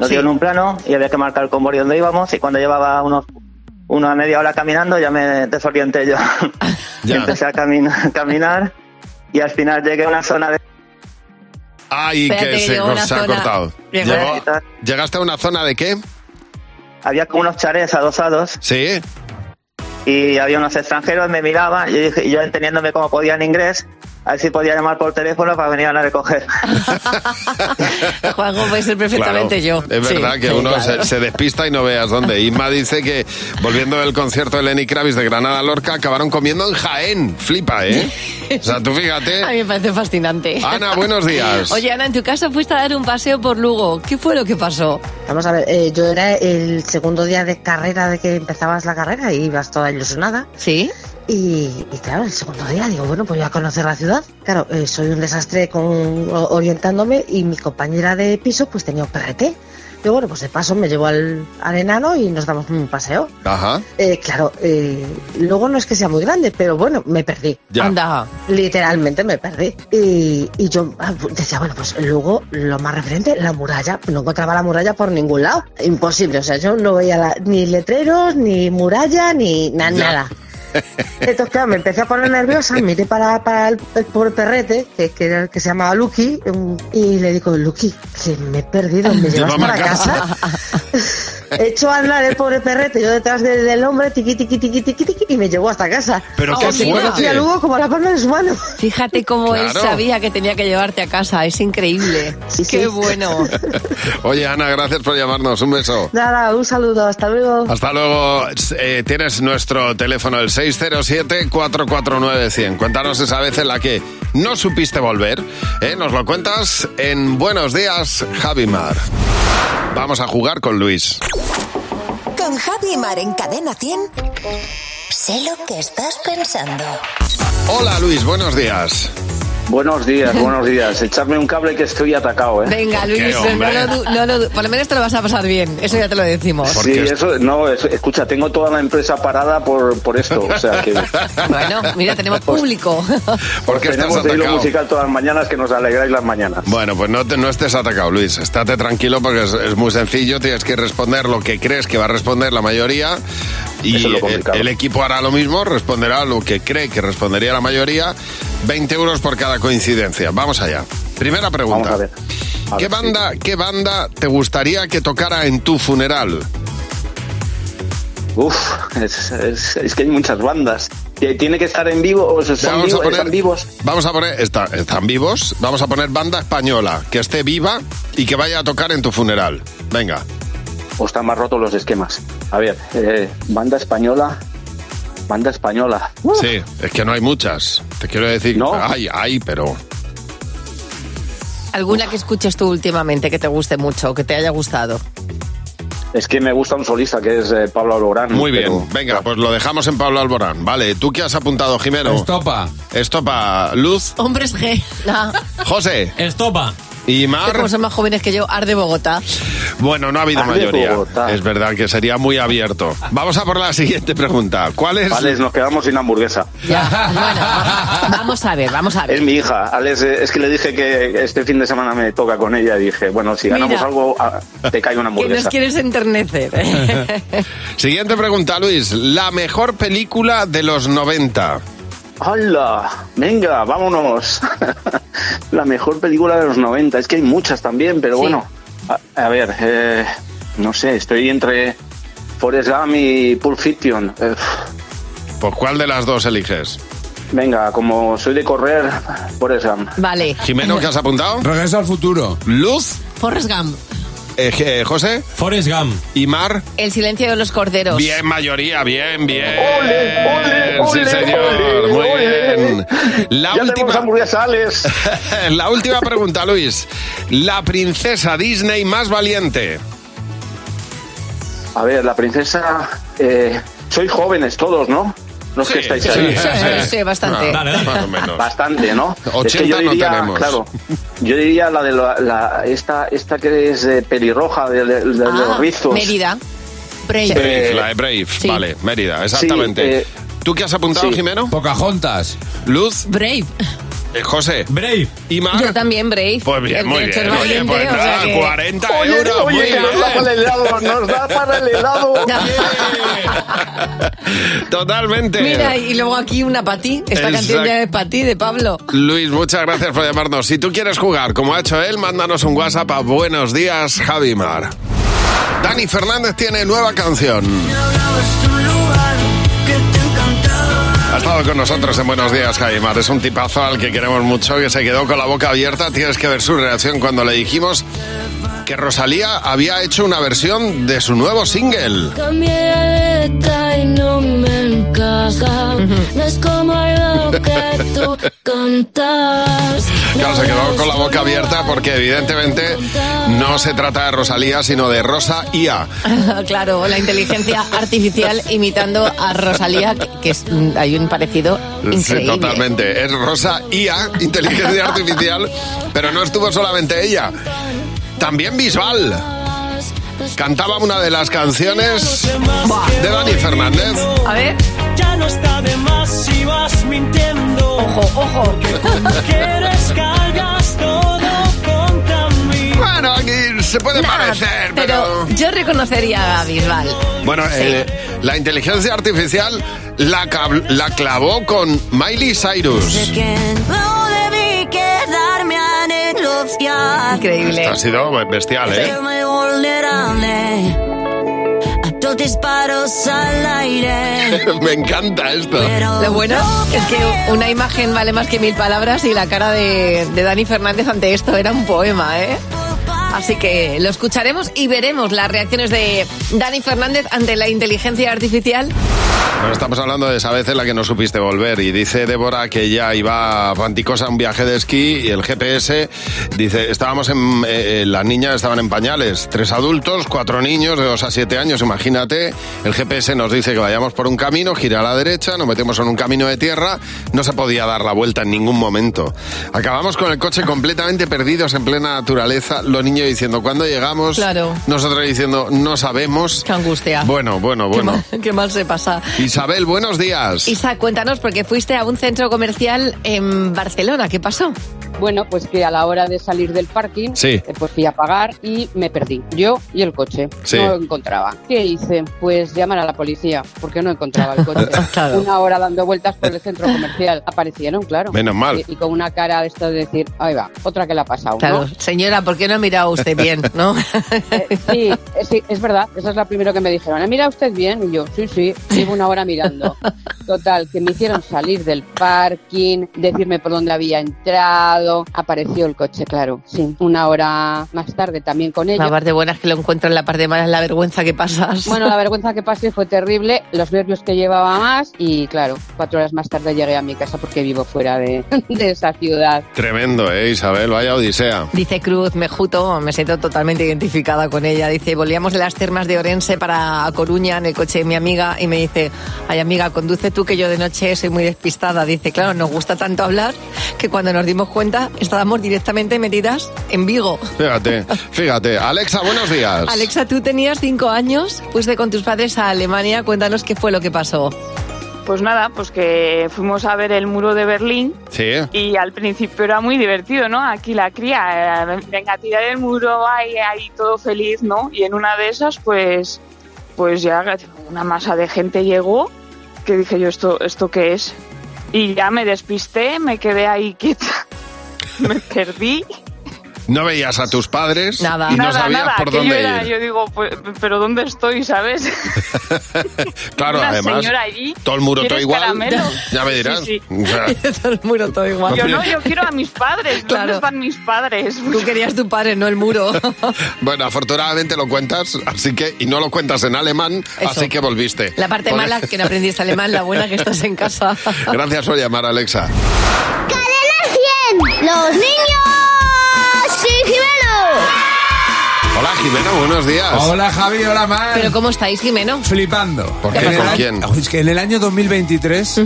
Nos dieron un plano y había que marcar el convoy donde íbamos y cuando llevaba unos, una media hora caminando ya me desorienté yo. Y Empecé a caminar, caminar y al final llegué a una zona de...
Ay, que se,
llegó una
se ha
zona-
cortado.
llegó-
Llegó- ¿Llegaste a una zona de qué?
Había como unos charés adosados.
Sí.
Y había unos extranjeros, me miraban y yo dije- y yo entendiéndome como podía en inglés, A ver si podía llamar por teléfono para venir a recoger.
Juanjo puede ser perfectamente
Claro,
yo.
Es
Sí,
verdad que
sí,
uno
claro.
se, se despista y no veas dónde. Inma dice que, volviendo del concierto de Lenny Kravitz de Granada Lorca, acabaron comiendo en Jaén. Flipa, ¿eh? O sea, tú fíjate.
A mí me parece fascinante.
Ana, buenos días.
Oye, Ana, en tu caso fuiste a dar un paseo por Lugo. ¿Qué fue lo que pasó?
Vamos a ver, eh, yo era el segundo día de carrera de que empezabas la carrera y ibas toda ilusionada.
Sí.
Y, y claro, el segundo día digo, bueno, pues voy a conocer la ciudad. Claro, eh, soy un desastre con, o- orientándome y mi compañera de piso pues tenía un PRT. Yo, bueno, pues de paso me llevo al, al enano y nos damos un paseo.
Ajá.
Eh, claro, eh, luego no es que sea muy grande, pero bueno, me perdí.
Ya.
Anda.
Literalmente me perdí. Y, y yo ah, decía, bueno, pues luego lo más referente, la muralla. No encontraba la muralla por ningún lado. Imposible, o sea, yo no veía la- ni letreros, ni muralla, ni na-
Ya.
nada. Entonces, claro, me empecé a poner nerviosa, miré para, para el, el pobre perrete, que, que era el que se llamaba Lucky, um, y le digo, Lucky, que me he perdido, me llevas
Llévame
para
a casa".
casa. Hecho a andar el pobre perrete, yo detrás de- del hombre, tiqui, tiqui, tiqui, tiqui, tiqui, y me llevó hasta casa.
Pero qué
O sea,
fuerte.
fui a Lugo como a la palma de su mano.
Fíjate cómo él
Claro.
sabía que tenía que llevarte a casa. Es increíble. Qué bueno.
Oye, Ana, gracias por llamarnos. Un beso.
Nada, un saludo, hasta luego.
Hasta luego. Eh, tienes nuestro teléfono, el 607-449-100. Cuéntanos esa vez en la que no supiste volver. ¿eh? Nos lo cuentas en Buenos Días, Javi Mar. Vamos a jugar con Luis.
Con Javi y Mar en Cadena 100. Sé lo que estás pensando.
Hola, Luis, buenos días.
Buenos días, buenos días. Echarme un cable que estoy atacado, ¿eh?
Venga, Luis, no lo du- no lo du- por lo menos te lo vas a pasar bien. Eso ya te lo decimos.
Sí, eso, no, es- escucha, tengo toda la empresa parada por, por esto, o sea que...
Bueno, mira, tenemos público.
Porque estás
tenemos de hilo
atacado?
musical todas las mañanas que nos alegráis las mañanas.
Bueno, pues no, te- no estés atacado, Luis. Estate tranquilo porque es, es muy sencillo. Tienes que responder lo que crees que va a responder la mayoría.
Eso
Y
es lo
el-
complicado.
el equipo hará lo mismo, responderá lo que cree que respondería la mayoría. 20 euros por cada coincidencia. Vamos allá. Primera pregunta.
Vamos a ver. A
¿Qué,
ver,
banda,
sí.
¿Qué banda te gustaría que tocara en tu funeral?
Uf, es, es- es que hay muchas bandas. Eh, ¿Tiene que estar en vivo o se- son vivos, están vivos?
Vamos a poner. está- están vivos. Vamos a poner banda española que esté viva y que vaya a tocar en tu funeral. Venga.
¿O están más rotos los esquemas? A ver, eh, banda española, banda española.
Sí, es que no hay muchas. Te quiero decir, hay, hay, pero
¿Alguna que escuches tú últimamente que te guste mucho, que te haya gustado?
Es que me gusta un solista que es eh, Pablo Alborán.
muy bien.
pero-
Venga, pues lo dejamos en Pablo Alborán. Vale, ¿tú qué has apuntado, Jimeno? Estopa. Estopa. Luz.
Hombres G. Ah,
José.
Estopa.
Y Mar.
como son más jóvenes que yo, Ar de Bogotá.
Bueno, no ha habido
Ah, de
mayoría.
Bogotá.
Es verdad que sería muy abierto. Vamos a por la siguiente pregunta. ¿Cuál es?
Alex, nos quedamos sin hamburguesa.
Vamos a ver, vamos a ver.
Es mi hija, Alex, eh, es que le dije que este fin de semana me toca con ella y dije, bueno, si ganamos
Mira.
algo, ah, te cae una
Que nos
hamburguesa.
quieres enternecer.
Siguiente pregunta, Luis. La mejor película de los 90.
¡Hala! Venga, vámonos. La mejor película de los 90, es que hay muchas también, pero bueno. A, a ver, eh, no sé, estoy entre Forrest Gump y Pulp Fiction. Eh,
¿Por cuál de las dos eliges?
venga, como soy de correr, Forrest Gump.
Vale.
Jimeno, ¿qué has apuntado?
Regreso al futuro.
Luz.
Forrest Gump.
Eh, G- eh, José.
Forrest Gump.
Y Mar.
El silencio de los corderos.
Bien, mayoría, bien, bien.
ole,
sí, señor,
ole,
muy
ole.
bien. La última La última pregunta, Luis. La princesa Disney más valiente.
A ver, la princesa. Eh, sois jóvenes todos, ¿no? No es que
Sí,
estáis
sí,
ahí. Eh,
sí, sí, sí, bastante. Ah, dale, dale. Más o menos.
Bastante, ¿no?
80 no tenemos.
Claro, yo diría la de la, la- esta, esta que es eh, pelirroja de, de- de los
Ah,
rizos. Eh,
Mérida. Brave.
Brave, la de Brave. Vale, Mérida, exactamente.
Sí, eh,
¿Tú qué has apuntado,
sí.
Jimeno? Pocahontas. Luz.
Brave.
Eh, José.
Brave.
Y Mar.
Yo también, Brave.
Ah. Pues bien,
El
muy
derecho
bien.
es
Oye,
valiente,
pues
o sea
nada,
que-
40 euros.
oye, nos
muy
da
bien.
para el helado, nos da para el helado.
Totalmente.
Mira, y luego aquí una para ti. Esta
Exacto.
canción ya es para ti, de Pablo.
Luis, muchas gracias por llamarnos. Si tú quieres jugar, como ha hecho él, mándanos un WhatsApp a Buenos Días, Javimar. Dani Fernández tiene nueva canción. Ha estado con nosotros en Buenos Días, Jaimar. Es un tipazo al que queremos mucho, que se quedó con la boca abierta. Tienes que ver su reacción cuando le dijimos que Rosalía había hecho una versión de su nuevo single.
Cambié la letra y no me encaja. No es como lo que tú cantas.
Claro, se quedó con la boca abierta porque evidentemente no se trata de Rosalía, sino de Rosa Ia.
claro, la inteligencia artificial imitando a Rosalía, que- que es, mm, hay un parecido
Sí,
increíble.
totalmente. Es Rosa IA, inteligencia artificial, pero no estuvo solamente ella. También Bisbal. Cantaba una de las canciones de Dani Fernández.
A ver.
Ya no está de más si vas mintiendo. Ojo, ojo. Que como quieres cargas todo contra mí.
Bueno, aquí se puede
Nah,
parecer,
pero... yo reconocería a Bisbal.
Bueno,
Sí.
eh, la inteligencia artificial la, cab- la clavó con Miley Cyrus.
No debí quedarme a negociar.
Increíble.
Ha sido bestial, ¿eh?
Yo me vulnerable a dos disparos al
¿eh?
aire.
Me encanta esto.
Lo bueno es que una imagen vale más que mil palabras y la cara de, de Dani Fernández ante esto era un poema, ¿eh? Así que lo escucharemos y veremos las reacciones de Dani Fernández ante la inteligencia artificial.
Bueno, estamos hablando de esa vez en la que no supiste volver y dice Débora que ya iba a Panticosa a un viaje de esquí y el GPS dice, estábamos en, eh, eh, las niñas estaban en pañales, tres adultos, cuatro niños de 2 a 7 años, imagínate, el GPS nos dice que vayamos por un camino, gira a la derecha, nos metemos en un camino de tierra, no se podía dar la vuelta en ningún momento. Acabamos con el coche completamente perdidos en plena naturaleza, los niños diciendo, ¿cuándo llegamos?
Claro.
Nosotros diciendo, no sabemos. Qué
angustia.
Bueno, bueno, bueno.
Qué mal se pasa.
Isabel, buenos días.
Isa, cuéntanos, porque fuiste a un centro comercial en Barcelona. ¿Qué pasó?
Bueno, pues que a la hora de salir del parking,
Sí.
eh, pues fui a pagar y me perdí. Yo y el coche.
Sí.
No lo encontraba. ¿Qué hice? Pues llamar a la policía, porque no encontraba el coche. Una hora dando vueltas por el centro comercial. Aparecieron, claro.
Menos mal.
Y, y con una cara de esto de decir, ahí va, otra que la ha pasado. ¿no?".
Claro, señora, ¿por qué no ha mirado usted bien, no?
Sí, eh, sí, es verdad, eso es lo primero que me dijeron. "Ah, Mira usted bien, y yo, sí, sí, llevo una hora mirando. Total, que me hicieron salir del parking, decirme por dónde había entrado, apareció el coche, claro, sí, una hora más tarde también con
La
ellos.
parte buena es que lo encuentro en la parte mala es la vergüenza que pasas.
Bueno, la vergüenza que pasé fue terrible, los nervios que llevaba más y claro, cuatro horas más tarde llegué a mi casa porque vivo fuera de, de esa ciudad.
Tremendo, ¿eh, Isabel? Vaya odisea.
Dice Cruz, me juto, me siento totalmente identificada con ella. Dice, volvíamos de las termas de Orense para Coruña en el coche de mi amiga y me dice, ay amiga, conduce tú que yo de noche soy muy despistada. Dice, claro, nos gusta tanto hablar que cuando nos dimos cuenta estábamos directamente metidas en Vigo.
Fíjate, fíjate. Alexa, buenos días.
Alexa, tú tenías cinco años, fuiste con tus padres a Alemania, cuéntanos qué fue lo que pasó.
Pues nada, pues que fuimos a ver el muro de Berlín
Sí.
y al principio era muy divertido, ¿no? Aquí la cría, eh, venga, tirar el muro, ahí, ahí todo feliz, ¿no? Y en una de esas, pues, pues ya una masa de gente llegó que dije yo, ¿esto, esto qué es? Y ya me despisté, me quedé ahí quieta, me perdí.
No veías a tus padres
Nada,
y no
nada,
sabías
nada,
por
que yo,
dónde
era-
ir.
yo digo, pues, pero ¿dónde estoy, sabes?
Claro,
una
además,
señora allí,
todo el muro todo
¿quieres
igual.
caramelo?
Ya me dirás.
Sí, sí.
O sea,
el muro todo igual.
Yo no, yo quiero a mis padres.
Claro.
¿Dónde están mis padres?
Tú querías tu padre, no el muro.
bueno, afortunadamente lo cuentas, así que y no lo cuentas en alemán,
Eso.
así que volviste.
La parte
Por-
mala que no aprendiste alemán, la buena que estás en casa.
Gracias por llamar, Alexa.
¡Los niños! ¡Sí,
Hola, Jimena, buenos días.
Hola Javi, hola Mar.
Pero ¿cómo estáis, Jimeno?
Flipando.
¿Por qué?
En el
¿Con
año-
quién?
Ojo, Ah, Es que en el año 2023,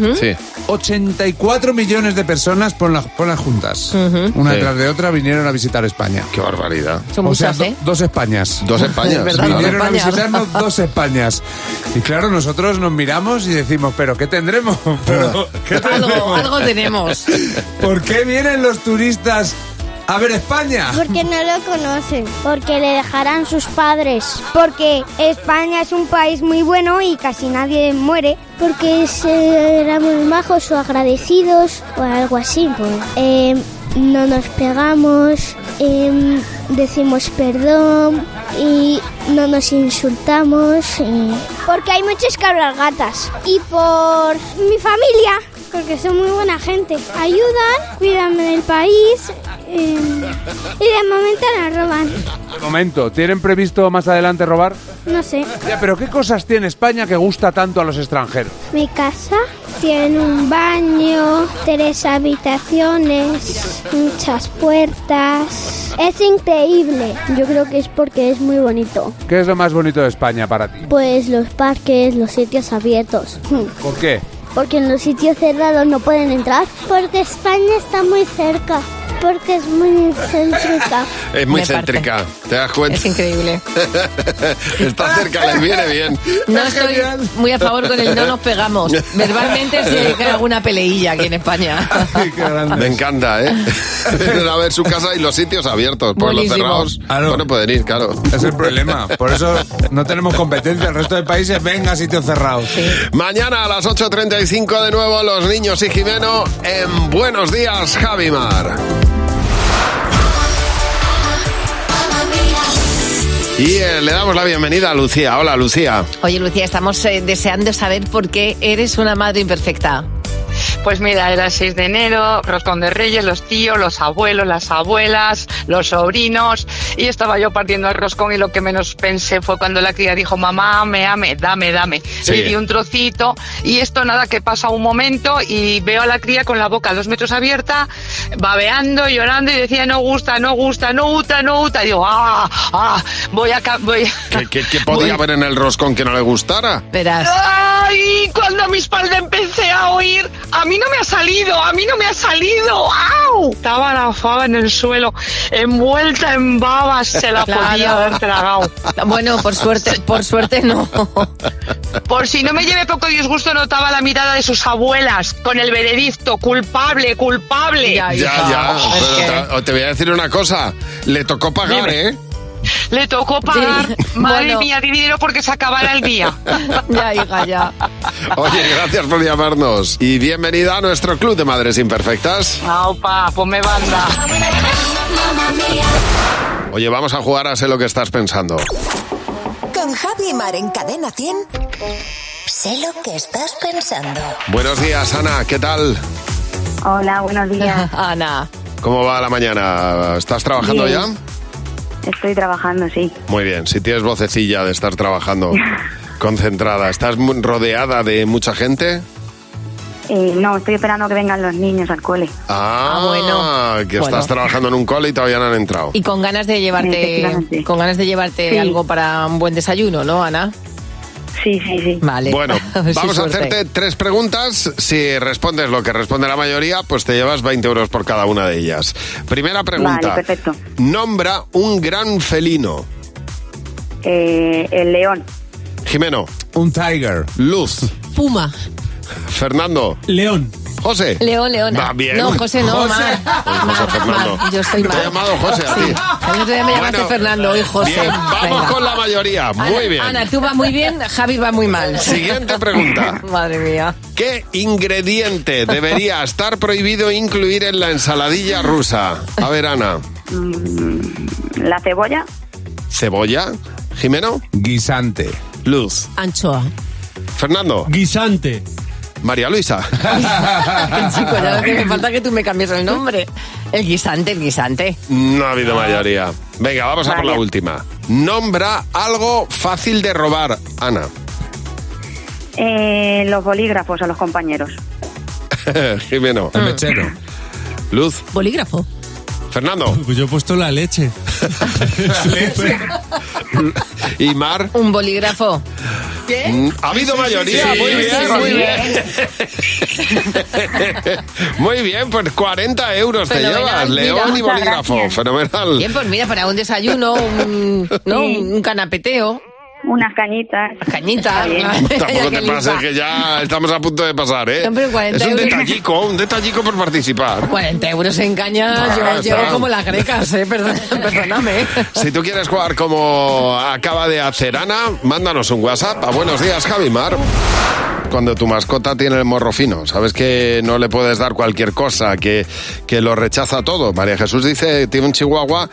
84 millones de personas por las, por las juntas, una
Sí.
detrás de otra, vinieron a visitar España.
Qué barbaridad.
o sea, do- dos Españas.
Dos Españas, Es verdad, claro. dos
Vinieron a
Españas.
visitarnos dos Españas. Y claro, nosotros nos miramos y decimos, ¿pero qué tendremos? ¿Pero qué
Algo, algo tenemos.
¿Por qué vienen los turistas a ver España?
Porque no lo conocen, porque le dejarán sus padres, porque España es un país muy bueno y casi nadie muere, porque éramos majos o agradecidos o algo así. pues. Eh, no nos pegamos, eh, decimos em, perdón, y no nos insultamos. Porque hay muchas cabalgatas. Y por mi familia, porque son muy buena gente. Ayudan, cuidan del país eh, y de momento nos roban.
De momento, ¿tienen previsto más adelante robar?
No sé.
Ya, pero ¿qué cosas tiene España que gusta tanto a los extranjeros?
Mi casa tiene un baño, tres habitaciones, muchas puertas. Es increíble. Yo creo que es porque es muy bonito.
¿Qué es lo más bonito de España para ti?
Pues los parques, los sitios abiertos. Hmm.
¿Por qué?
Porque en los sitios cerrados no pueden entrar. Porque España está muy cerca. Porque es muy céntrica.
Es muy céntrica, ¿te das cuenta?
Es increíble.
Está cerca, les viene bien.
No estoy muy a favor con el no nos pegamos. Verbalmente se hay alguna peleilla aquí en España.
Me encanta, ¿eh? Vienen a ver su casa y los sitios abiertos, por los
Buenísimo.
cerrados.
Claro.
No pueden ir, claro.
Es el problema. Por eso no tenemos competencia. El resto de países venga a sitios cerrados.
Mañana a las 8.35 de nuevo los niños y Jimeno en Buenos Días, Javimar. Y eh, le damos la bienvenida a Lucía. Hola, Lucía.
Oye, Lucía, estamos eh, deseando saber por qué eres una madre imperfecta.
Pues mira, era el 6 de enero, roscón de reyes, los tíos, los abuelos, las abuelas, los sobrinos. Y estaba yo partiendo el roscón y lo que menos pensé fue cuando la cría dijo, mamá, me ame, dame, dame.
Sí.
Y di un trocito y esto nada que pasa un momento y veo a la cría con la boca a dos metros abierta, babeando, llorando y decía, no gusta, no gusta, no gusta, no gusta. Y digo, ah, ah, voy a... ca- Voy a...
¿Qué, qué- qué podía haber en el roscón que no le gustara?
Verás.
¡Ay! Cuando a mi espalda empecé a oír, a mí no me ha salido, a mí no me ha salido. ¡Au! Estaba la fava en el suelo, envuelta en babas, se la
Claro.
podía haber tragado.
Bueno, por suerte, por suerte no.
Por si no me lleve poco disgusto, notaba la mirada de sus abuelas con el veredicto, culpable, culpable.
Ya, ya. Pero te, te voy a decir una cosa. Le tocó pagar,
Dime.
¿eh?
Le tocó pagar, madre
bueno.
mía, di dinero porque se acabara el día.
Ya, hija, ya.
Oye, gracias por llamarnos. Y bienvenida a nuestro club de madres imperfectas.
Ah.
Aupa, ponme pues banda.
Oye, vamos a jugar a sé lo que estás pensando.
Con Javi Mar en Cadena 100. Sé lo que estás pensando.
Buenos días, Ana. ¿Qué tal?
Hola, buenos días.
Ana.
¿Cómo va la mañana? ¿Estás trabajando
Bien.
ya?
Estoy trabajando, sí.
Muy bien, si tienes vocecilla de estar trabajando
Oh.
concentrada, ¿estás mu- rodeada de mucha gente?
Eh, no, estoy esperando que vengan los niños al cole.
Ah,
bueno.
que
Bueno.
estás trabajando en un cole y todavía no han entrado.
Y con ganas de llevarte, con ganas de llevarte
Sí.
algo para un buen desayuno, ¿no, Ana?
Sí, sí, sí.
Vale.
Bueno,
Sí,
vamos a
suerte.
hacerte tres preguntas. Si respondes lo que responde la mayoría, pues te llevas 20 euros por cada una de ellas. Primera pregunta.
Vale, perfecto.
Nombra un gran felino.
Eh, el león.
Jimeno. Un tiger. Luz.
Puma.
Fernando. León. José.
León, Leona.
Va bien.
No, José, no, Mar.
José Pues Fernando.
Mar, yo soy
Te
Mar.
ha llamado José a ti.
El otro día me llamaste
Bueno,
Fernando, hoy José.
bien, vamos con la mayoría, muy
Ana,
bien.
Ana, tú vas muy bien, Javi va muy mal.
Siguiente pregunta.
Madre mía.
¿Qué ingrediente debería estar prohibido incluir en la ensaladilla rusa? A ver, Ana.
La cebolla.
¿Cebolla? ¿Jimeno? Guisante. Luz.
Anchoa.
Fernando. Guisante. María Luisa.
Chico, ya lo que me falta que tú me cambies el nombre. El guisante, el guisante.
No ha habido mayoría. Venga, vamos a por
Vale.
la última. Nombra algo fácil de robar, Ana.
Eh, los bolígrafos a los compañeros.
Jimeno. El mechero. Luz.
Bolígrafo.
Fernando.
Pues yo he puesto la leche.
y Mar.
Un bolígrafo. ¿Eh?
Mm, Ha habido mayoría,
Sí,
muy bien,
sí,
muy
sí.
bien. muy bien, pues 40 euros te
Fenomenal,
llevas,
mira,
león y
muchas
bolígrafo,
gracias.
fenomenal.
Bien, pues mira, para un desayuno, un, ¿no?
Sí.
un canapeteo.
Unas cañitas.
Cañitas.
Tampoco
Qué
te pases
lisa.
que ya estamos a punto de pasar, ¿eh?
No, pero 40
es un
euros.
detallico, un detallico por participar.
40 euros en caña, yo
Ah,
llevo
está.
como las grecas, ¿eh? Perdón- perdóname.
Si tú quieres jugar como acaba de hacer Ana, mándanos un WhatsApp a Buenos Días, Javimar. Cuando tu mascota tiene el morro fino, sabes que no le puedes dar cualquier cosa, que, que lo rechaza todo. María Jesús dice, tiene un chihuahua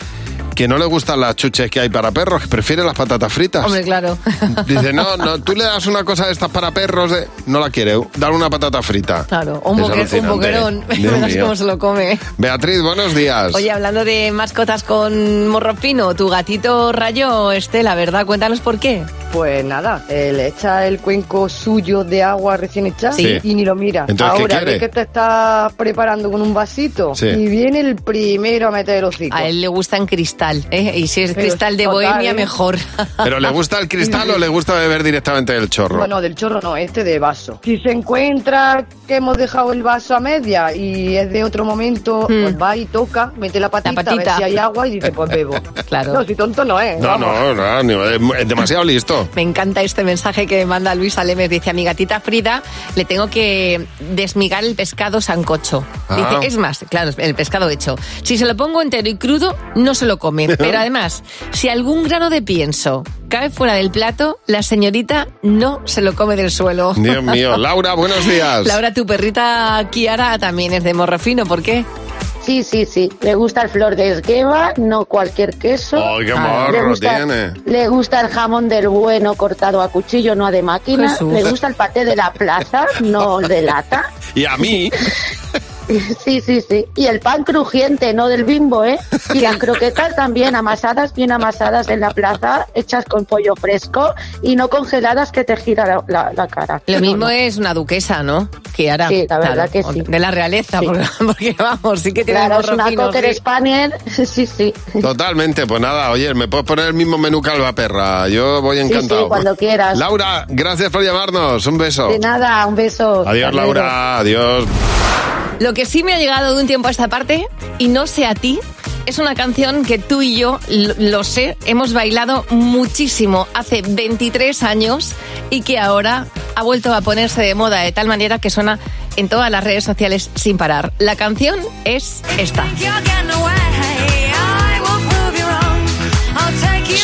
que no le gustan las chuches que hay para perros, que prefiere las patatas fritas.
Hombre, claro.
Dice, no, no, tú le das una cosa de estas para perros, de... no la quiere, dale una patata frita.
Claro, o un,
Es
boque- un
alucinante.
boquerón.
Dios
Verás
mío.
cómo se lo come.
Beatriz, buenos días.
Oye, hablando de mascotas con morropino, tu gatito rayo, Estela, ¿verdad? Cuéntanos por qué.
Pues nada, eh, le echa el cuenco suyo de agua recién hecha
Sí.
y ni lo mira.
Entonces, ¿qué
Ahora
quiere?
ves que te está preparando con un vasito
Sí.
y viene el primero a meter el hocico.
A él le gusta en cristal, ¿eh? Y si es
Pero
cristal de
total,
bohemia,
¿eh?
mejor.
¿Pero
ah,
le gusta el cristal o le gusta beber directamente del chorro?
Bueno, del chorro no, este de vaso. Si se encuentra que hemos dejado el vaso a media y es de otro momento, pues va y toca, mete la patita, a ver
patita.
si hay agua y dice, pues bebo.
Claro.
No, si tonto no es.
no,
vamos.
no, no, no, es demasiado listo.
Me encanta este mensaje que manda Luis Alemes. Dice, a mi gatita Frida le tengo que desmigar el pescado sancocho.
Ah.
Dice, es más, claro, el pescado hecho. Si se lo pongo entero y crudo, no se lo come. Pero además, si algún grano de pienso cae fuera del plato, la señorita no se lo come del suelo.
Dios mío. Laura, buenos días.
Laura, tu perrita Kiara también es de morro fino. ¿Por qué?
Sí, sí, sí. Le gusta el flor de esgueva, no cualquier queso.
¡Ay, qué
Ah. Le
morro
gusta-
tiene!
Le gusta el jamón del bueno cortado a cuchillo, no de máquina.
Jesús.
Le gusta el paté de la plaza, no de lata.
Y a mí,
Sí, sí, sí. Y el pan crujiente, no del bimbo, ¿eh? Y las croquetas también amasadas, bien amasadas en la plaza, hechas con pollo fresco y no congeladas que te gira la, la- la cara.
Lo
No,
mismo
no.
es una duquesa, ¿no? Kiara.
Sí, la verdad que sí.
De la realeza,
Sí.
porque, porque, vamos, sí que tiene
Claro, es
morro
una
fino,
cocker
sí.
spaniel. Sí, sí.
totalmente, pues nada, oye, me puedes poner el mismo menú calva perra. Yo voy
Sí,
encantado.
sí, cuando quieras.
Laura, gracias por llamarnos. Un beso.
De nada, un beso.
Adiós,
Hasta luego.
Laura. Adiós.
Lo que sí me ha llegado de un tiempo a esta parte, y no sé a ti, es una canción que tú y yo, l- lo sé, hemos bailado muchísimo hace 23 años y que ahora ha vuelto a ponerse de moda de tal manera que suena en todas las redes sociales sin parar. La canción es esta.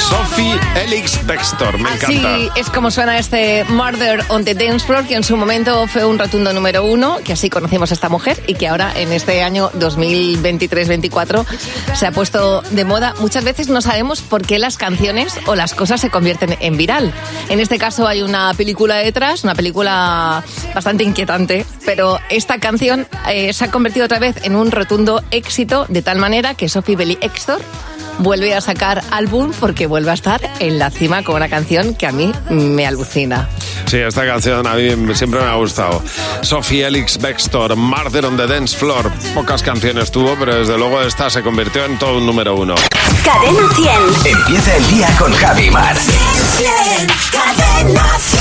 Sophie Elix Bextor,
Ah,
me encanta.
Así es como suena este Murder on the Dance Floor, que en su momento fue un rotundo número uno, que así conocimos a esta mujer y que ahora en este año 2023-24 se ha puesto de moda. Muchas veces no sabemos por qué las canciones o las cosas se convierten en viral. En este caso hay una película detrás, una película bastante inquietante, pero esta canción eh, se ha convertido otra vez en un rotundo éxito de tal manera que Sophie Belly Extor vuelve a sacar álbum porque vuelve a estar en la cima con una canción que a mí me alucina.
Sí, esta canción a mí siempre me ha gustado. Sophie Elix Bextor, Murder on the Dance Floor. Pocas canciones tuvo, pero desde luego esta se convirtió en todo un número uno.
Cadena 100.
Empieza el día con Javi Mar.
Cadena 100.